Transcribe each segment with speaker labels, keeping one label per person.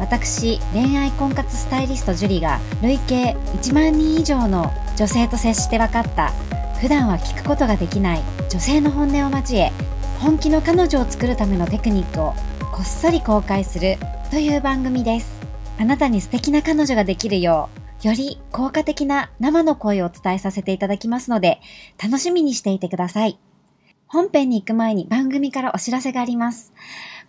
Speaker 1: 私恋愛婚活スタイリストジュリが累計1万人以上の女性と接して分かった普段は聞くことができない女性の本音を交え本気の彼女を作るためのテクニックをこっそり公開するという番組ですあなたに素敵な彼女ができるようより効果的な生の声をお伝えさせていただきますので楽しみにしていてください本編に行く前に番組からお知らせがあります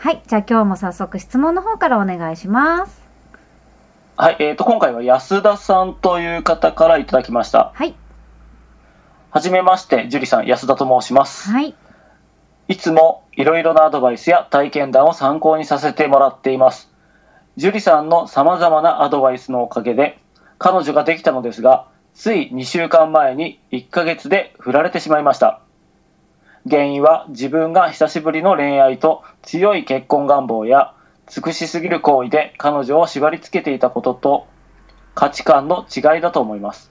Speaker 1: はい、じゃあ今日も早速質問の方からお願いします。
Speaker 2: はい、えっ、と、今回は安田さんという方からいただきました。
Speaker 1: はい、
Speaker 2: はじめまして、樹里さん、安田と申します。
Speaker 1: はい、
Speaker 2: いつもいろいろなアドバイスや体験談を参考にさせてもらっています。樹里さんの様々なアドバイスのおかげで、彼女ができたのですが、つい2週間前に1ヶ月で振られてしまいました。原因は自分が久しぶりの恋愛と強い結婚願望や尽くしすぎる行為で彼女を縛りつけていたことと価値観の違いだと思います。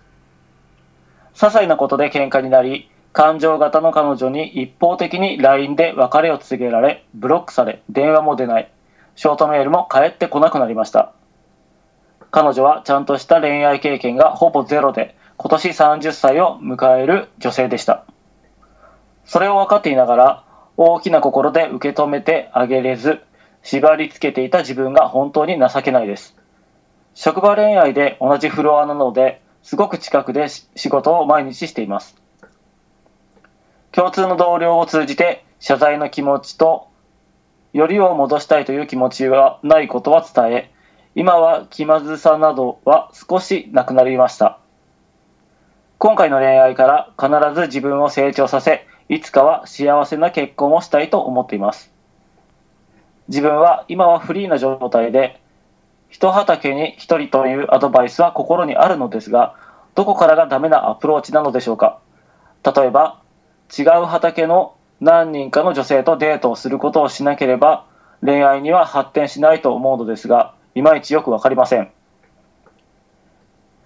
Speaker 2: 些細なことで喧嘩になり、感情型の彼女に一方的に LINE で別れを告げられ、ブロックされ、電話も出ない、ショートメールも返ってこなくなりました。彼女はちゃんとした恋愛経験がほぼゼロで、今年30歳を迎える女性でした。それを分かっていながら、大きな心で受け止めてあげれず、縛りつけていた自分が本当に情けないです。職場恋愛で同じフロアなので、すごく近くでし仕事を毎日しています。共通の同僚を通じて謝罪の気持ちと、よりを戻したいという気持ちはないことは伝え、今は気まずさなどは少しなくなりました。今回の恋愛から必ず自分を成長させ、いつかは幸せな結婚をしたいと思っています。自分は今はフリーな状態で、人畑に一人というアドバイスは心にあるのですが、どこからがダメなアプローチなのでしょうか。例えば、違う畑の何人かの女性とデートをすることをしなければ恋愛には発展しないと思うのですがいまいちよくわかりません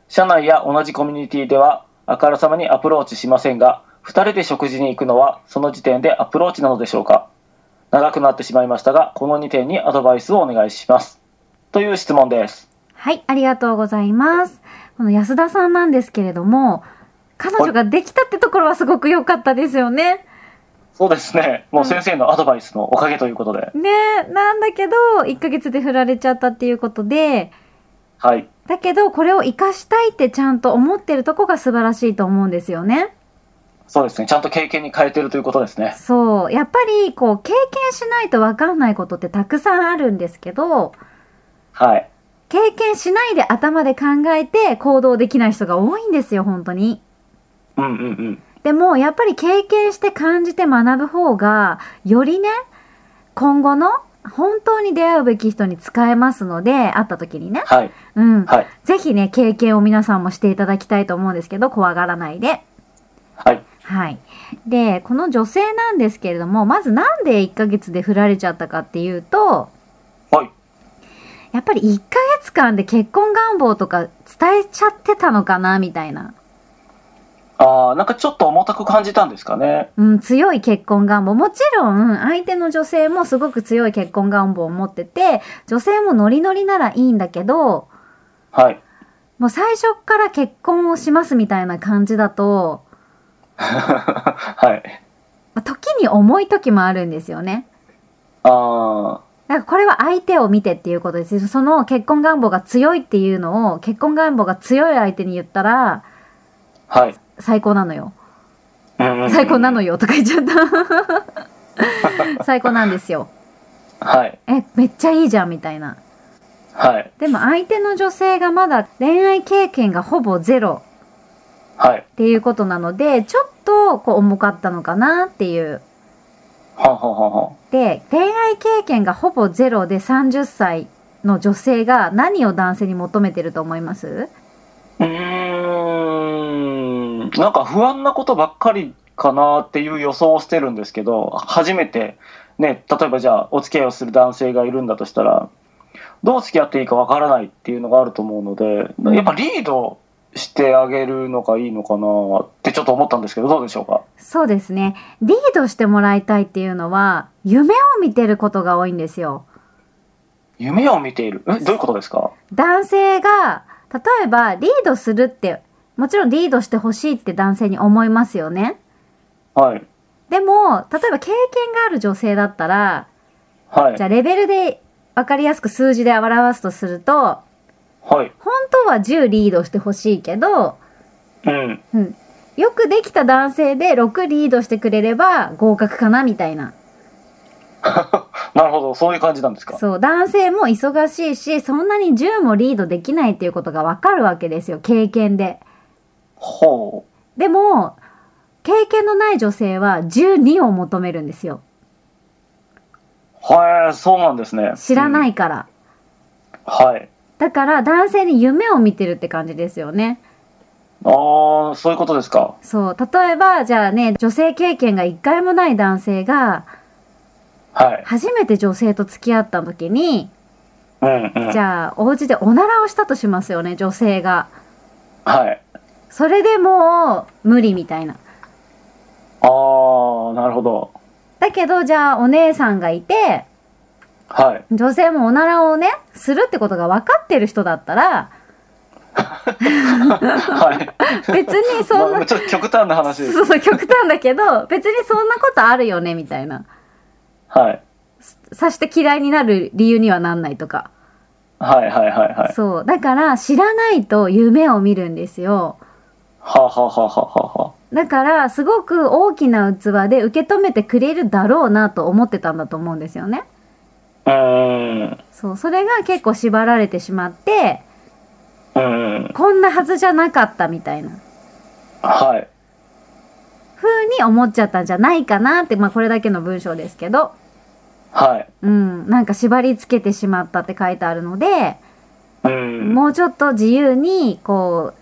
Speaker 2: 社内や同じコミュニティではあからさまにアプローチしませんが2人で食事に行くのはその時点でアプローチなのでしょうか長くなってしまいましたがこの2点にアドバイスをお願いしますという質問です
Speaker 1: はい、ありがとうございます。この安田さんなんですけれども、彼女ができたってところはすごく良かったですよね。
Speaker 2: そうですねもう先生のアドバイスのおかげということで、
Speaker 1: ねえ、なんだけど、1ヶ月で振られちゃったっていうことで、
Speaker 2: はい
Speaker 1: だけどこれを活かしたいってちゃんと思ってるとこが素晴らしいと思うんですよね。
Speaker 2: そうですねちゃんと経験に変えてるということですね
Speaker 1: そう、やっぱりこう経験しないとわかんないことってたくさんあるんですけど、
Speaker 2: はい
Speaker 1: 経験しないで頭で考えて行動できない人が多いんですよ、本当に。
Speaker 2: うんうんうん
Speaker 1: でもやっぱり経験して感じて学ぶ方がよりね今後の本当に出会うべき人に使えますので会った時にね、
Speaker 2: はい
Speaker 1: うん
Speaker 2: はい
Speaker 1: ぜひね経験を皆さんもしていただきたいと思うんですけど怖がらないで。
Speaker 2: はい
Speaker 1: はい、でこの女性なんですけれどもまずなんで1ヶ月で振られちゃったかっていうと
Speaker 2: はい
Speaker 1: やっぱり1ヶ月間で結婚願望とか伝えちゃってたのかなみたいな、
Speaker 2: ああ、なんかちょっと重たく感じたんですかね。
Speaker 1: うん、強い結婚願望。もちろん、相手の女性もすごく強い結婚願望を持ってて、女性もノリノリならいいんだけど、
Speaker 2: はい。
Speaker 1: もう最初から結婚をしますみたいな感じだと、
Speaker 2: はい。
Speaker 1: まあ時に重い時もあるんですよね。
Speaker 2: ああ、
Speaker 1: なんかこれは相手を見てっていうことです。その結婚願望が強いっていうのを、結婚願望が強い相手に言ったら、
Speaker 2: はい。
Speaker 1: 最高なのよ。
Speaker 2: うんうん
Speaker 1: 最高なのよとか言っちゃった。 最高なんですよ。
Speaker 2: はい。
Speaker 1: え、めっちゃいいじゃんみたいな。
Speaker 2: はい。
Speaker 1: でも相手の女性がまだ恋愛経験がほぼゼロ
Speaker 2: はい。
Speaker 1: っていうことなので、ちょっとこう重かったのかなっていう。
Speaker 2: はんはんはんはん。
Speaker 1: で、恋愛経験がほぼゼロで30歳の女性が何を男性に求めてると思います
Speaker 2: うーんなんか不安なことばっかりかなっていう予想をしてるんですけど初めて、ね、例えばじゃあお付き合いをする男性がいるんだとしたらどう付き合っていいかわからないっていうのがあると思うので、
Speaker 1: うん
Speaker 2: やっぱリードしてあげるのがいいのかなってちょっと思ったんですけどどうでしょうか
Speaker 1: そうですね。リードしてもらいたいっていうのは、夢を見てることが多いんですよ。
Speaker 2: 夢を見ているえどういうことですか
Speaker 1: 男性が、例えばリードするって、もちろんリードしてほしいって男性に思いますよね。
Speaker 2: はい
Speaker 1: でも、例えば経験がある女性だったら、
Speaker 2: は い
Speaker 1: じゃあレベルで分かりやすく数字で表すとすると、
Speaker 2: はい
Speaker 1: 本当は10リードしてほしいけど、
Speaker 2: うん
Speaker 1: うん。よくできた男性で6リードしてくれれば合格かなみたいな。
Speaker 2: なるほどそういう感じなんですか
Speaker 1: そう、男性も忙しいし、そんなに10もリードできないっていうことがわかるわけですよ、経験で。
Speaker 2: ほう
Speaker 1: でも、経験のない女性は12を求めるんですよ。
Speaker 2: はいそうなんですね、
Speaker 1: 知らないいから。
Speaker 2: うんはい
Speaker 1: だから男性に夢を見てるって感じですよね。
Speaker 2: ああ、そういうことですか。
Speaker 1: そう。例えば、じゃあね、女性経験が一回もない男性が、
Speaker 2: はい。
Speaker 1: 初めて女性と付き合った時に、
Speaker 2: うんうん。
Speaker 1: じゃあ、お家でおならをしたとしますよね、女性が。
Speaker 2: はい。
Speaker 1: それでもう、無理みたいな。
Speaker 2: ああ、なるほど。
Speaker 1: だけど、じゃあ、お姉さんがいて、
Speaker 2: はい。
Speaker 1: 女性もおならをね、するってことが分かってる人だったら、
Speaker 2: はい。
Speaker 1: 別に そん
Speaker 2: ま
Speaker 1: な
Speaker 2: あ、ちょっと極端な話です。
Speaker 1: そうそう、極端だけど、別にそんなことあるよね、みたいな。
Speaker 2: はい。
Speaker 1: さして嫌いになる理由にはなんないとか。
Speaker 2: はいはいはいはい。
Speaker 1: そう。だから、知らないと夢を見るんですよ。
Speaker 2: はあ、はあはあはあはあは
Speaker 1: だから、すごく大きな器で受け止めてくれるだろうなと思ってたんだと思うんですよね。
Speaker 2: あ。う
Speaker 1: そう。それが結構縛られてしまって、
Speaker 2: ーん。うん。
Speaker 1: こんなはずじゃなかったみたいな。
Speaker 2: はい。
Speaker 1: 風に思っちゃったんじゃないかなって、まあこれだけの文章ですけど、
Speaker 2: はい。
Speaker 1: うん、なんか縛り付けてしまったって書いてあるので、
Speaker 2: うん。
Speaker 1: もうちょっと自由に、こ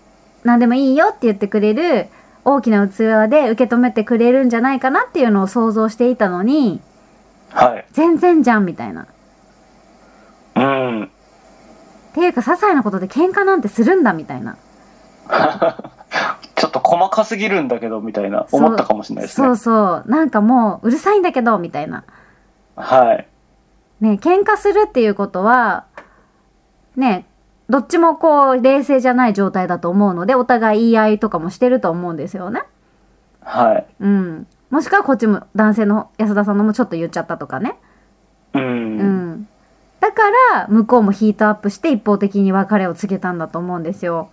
Speaker 1: う、何でもいいよって言ってくれる、大きな器で受け止めてくれるんじゃないかなっていうのを想像していたのに、
Speaker 2: はい。
Speaker 1: 全然じゃんみたいな。っ
Speaker 2: うん。
Speaker 1: ていうか、些細なことで喧嘩なんてするんだみたいな。
Speaker 2: ちょっと細かすぎるんだけど、みたいな、
Speaker 1: そう
Speaker 2: 思ったかもしれないです
Speaker 1: そ
Speaker 2: ね
Speaker 1: う。そう。なんかもう、うるさいんだけど、みたいな。
Speaker 2: はい。
Speaker 1: ね、喧嘩するっていうことは、ね、どっちもこう、冷静じゃない状態だと思うので、お互い言い合いとかもしてると思うんですよね。
Speaker 2: はい。
Speaker 1: うん。もしくはこっちも、男性の安田さんのもちょっと言っちゃったとかね。
Speaker 2: う。
Speaker 1: うんん。だから、向こうもヒートアップして一方的に別れを告げたんだと思うんですよ。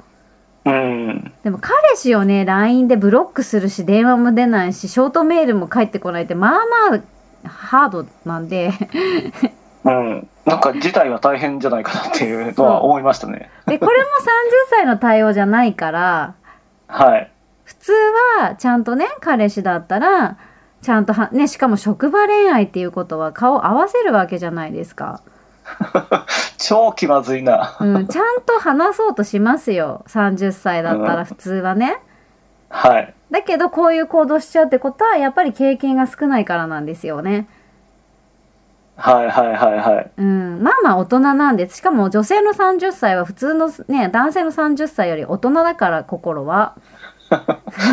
Speaker 2: うん。
Speaker 1: でも彼氏をね、LINE でブロックするし、電話も出ないし、ショートメールも返ってこないって、まあまあ、ハードなんで。
Speaker 2: うん。なんか事態が大変じゃないかなっていうのは思いましたね。
Speaker 1: で、これも30歳の対応じゃないから、
Speaker 2: はい。
Speaker 1: 普通はちゃんとね彼氏だったらちゃんとはねしかも職場恋愛っていうことは顔合わせるわけじゃないですか、
Speaker 2: 超気まずいな。
Speaker 1: うん、ちゃんと話そうとしますよ30歳だったら普通はね
Speaker 2: はい。
Speaker 1: だけどこういう行動しちゃうってことはやっぱり経験が少ないからなんですよね
Speaker 2: はいはいはいはい。
Speaker 1: うんまあまあ大人なんですしかも女性の30歳は普通のね男性の30歳より大人だから心は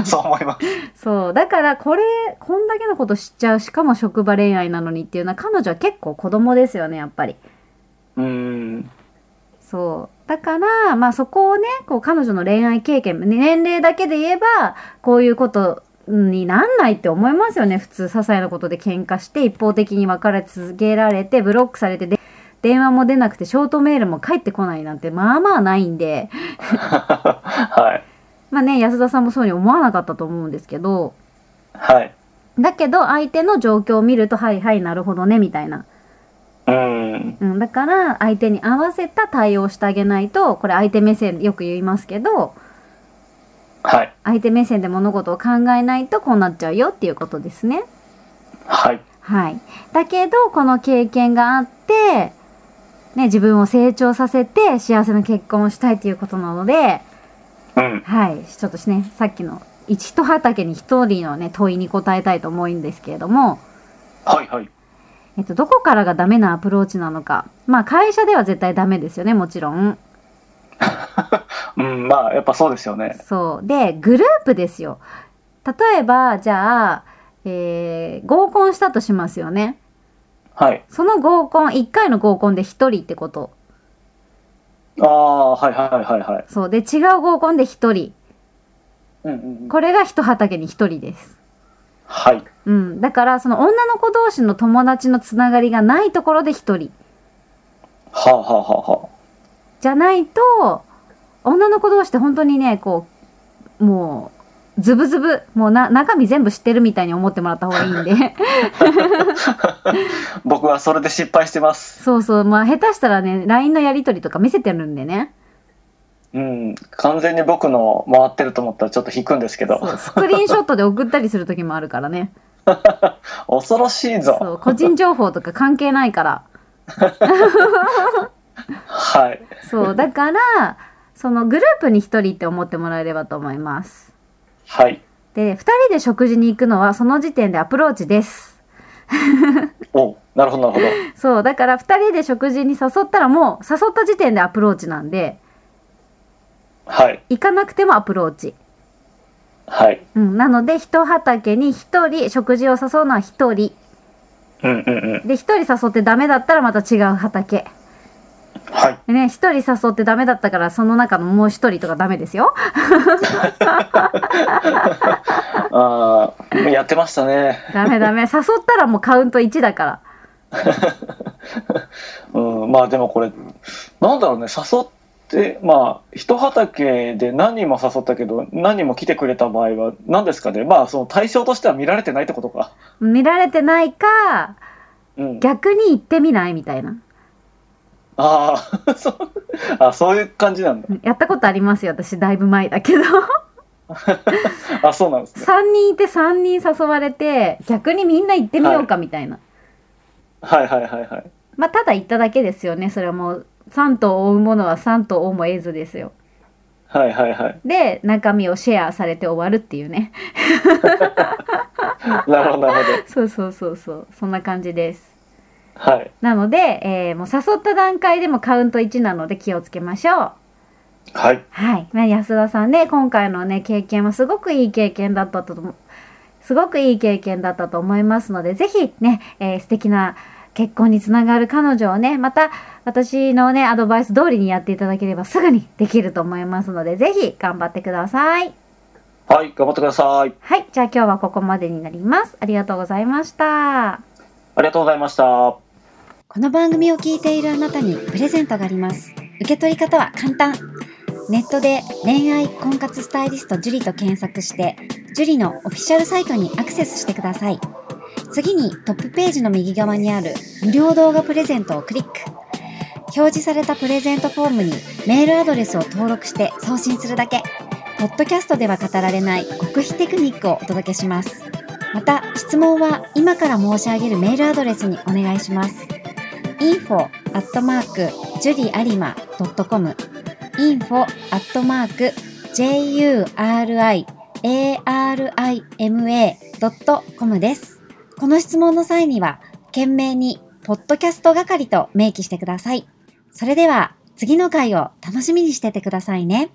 Speaker 2: そう思います。
Speaker 1: そうだからこれこんだけのこと知っちゃうしかも職場恋愛なのにっていうのは彼女は結構子供ですよねやっぱり
Speaker 2: うーん。
Speaker 1: そう。だから、まあそこをね、こう彼女の恋愛経験、ね年齢だけで言えば、こういうことになんないって思いますよね普通些細なことで喧嘩して一方的に別れ続けられてブロックされてで電話も出なくてショートメールも返ってこないなんてまあまあないんで
Speaker 2: はい。
Speaker 1: まあね安田さんもそういうふうに思わなかったと思うんですけど
Speaker 2: はい。
Speaker 1: だけど相手の状況を見るとはいはいなるほどねみたいな、
Speaker 2: うん。
Speaker 1: うん、だから相手に合わせた対応をしてあげないとこれ相手目線よく言いますけど
Speaker 2: はい。
Speaker 1: 相手目線で物事を考えないとこうなっちゃうよっていうことですね。
Speaker 2: はい。
Speaker 1: はい。だけど、この経験があって、ね、自分を成長させて幸せな結婚をしたいということなので、
Speaker 2: うん。
Speaker 1: はい。ちょっとね、さっきの一と畑に一人のね、問いに答えたいと思うんですけれども、
Speaker 2: はいはい。
Speaker 1: えっと、どこからがダメなアプローチなのか。まあ、会社では絶対ダメですよね、もちろん。
Speaker 2: うん。まあ、やっぱそうですよね。
Speaker 1: そう。で、グループですよ。例えば、じゃあ、えー合コンしたとしますよね。
Speaker 2: はい。
Speaker 1: その合コン、1回の合コンで1人ってこと。
Speaker 2: ああ、はいはいはいはい。
Speaker 1: そう。で、違う合コンで一人。
Speaker 2: うんうんうん。
Speaker 1: これが一畑に一人です。
Speaker 2: はい。
Speaker 1: うん。だから、その女の子同士の友達のつながりがないところで一人。
Speaker 2: はあはあはあは
Speaker 1: じゃないと、女の子同士って本当にね、こう、もう、ズブズブ、もうな、中身全部知ってるみたいに思ってもらった方がいいん で。
Speaker 2: あ。僕はそれで失敗してます。
Speaker 1: そうそう。まあ、下手したらね、LINE のやりとりとか見せてるんでね。
Speaker 2: うん。完全に僕の回ってると思ったらちょっと引くんですけど。
Speaker 1: そう。スクリーンショットで送ったりする時もあるからね。
Speaker 2: 恐ろしい
Speaker 1: そ
Speaker 2: ぞ。
Speaker 1: う。個人情報とか関係ないから。
Speaker 2: はい。
Speaker 1: そう。だから、そのグループに一人って思ってもらえればと思います。
Speaker 2: はい。
Speaker 1: で、二人で食事に行くのはその時点でアプローチです。
Speaker 2: おなるほどなるほ
Speaker 1: そう、だから二人で食事に誘ったらもう誘った時点でアプローチなんで、
Speaker 2: ど。はい。
Speaker 1: 行かなくてもアプローチ。
Speaker 2: はい。
Speaker 1: うん、なので、一畑に一人、食事を誘うのは一人。
Speaker 2: うんうんうん。
Speaker 1: で、一人誘ってダメだったらまた違う畑。
Speaker 2: はい。
Speaker 1: でね、一人誘ってダメだったからその中のもう一人とかダメですよ。
Speaker 2: ああ、やってましたね。
Speaker 1: ダメダメ。誘ったらもうカウント1だから。
Speaker 2: うん、まあでもこれ、なんだろうね、誘って、まあ、一畑で何人も誘ったけど、何人も来てくれた場合は、何ですかね、まあ、その対象としては見られてないってことか。
Speaker 1: 見られてないか、
Speaker 2: うん。
Speaker 1: 逆に行ってみないみたいな。
Speaker 2: ああ、そう、あそういう感じなんだ。
Speaker 1: やったことありますよ、私。だいぶ前だけど。
Speaker 2: あそうなんですね。
Speaker 1: 3人いて3人誘われて逆にみんな行ってみようかみたいな、
Speaker 2: はいはいはいはい。
Speaker 1: まあただ行っただけですよねそれはもう3頭を追うものは3頭をも得ずですよ
Speaker 2: はいはいはい。
Speaker 1: で中身をシェアされて終わるっていうね
Speaker 2: なるほどなるほど。
Speaker 1: そうそうそうそうそんな感じです
Speaker 2: はい。
Speaker 1: なので、えーもう誘った段階でもカウント1なので気をつけましょう
Speaker 2: はい。
Speaker 1: はい、まあ、安田さんね今回のね経験はすごくいい経験だったと思すごくいい経験だったと思いますのでぜひね、えー素敵な結婚につながる彼女をねまた私のねアドバイス通りにやっていただければすぐにできると思いますのでぜひ頑張ってください
Speaker 2: はい、頑張ってください。
Speaker 1: はいじゃあ今日はここまでになりますありがとうございました
Speaker 2: ありがとうございました。
Speaker 3: この番組を聞いているあなたにプレゼントがあります。受け取り方は簡単。ネットで恋愛婚活スタイリスト樹と検索して、樹のオフィシャルサイトにアクセスしてください。次にトップページの右側にある無料動画プレゼントをクリック。表示されたプレゼントフォームにメールアドレスを登録して送信するだけ。ポッドキャストでは語られない極秘テクニックをお届けします。また、質問は今から申し上げるメールアドレスにお願いします。info アットマークジュリアリマドットコム info アットマーク juriarima ドットコムです。この質問の際には、懸命にポッドキャスト係と明記してください。それでは、次の回を楽しみにしててくださいね。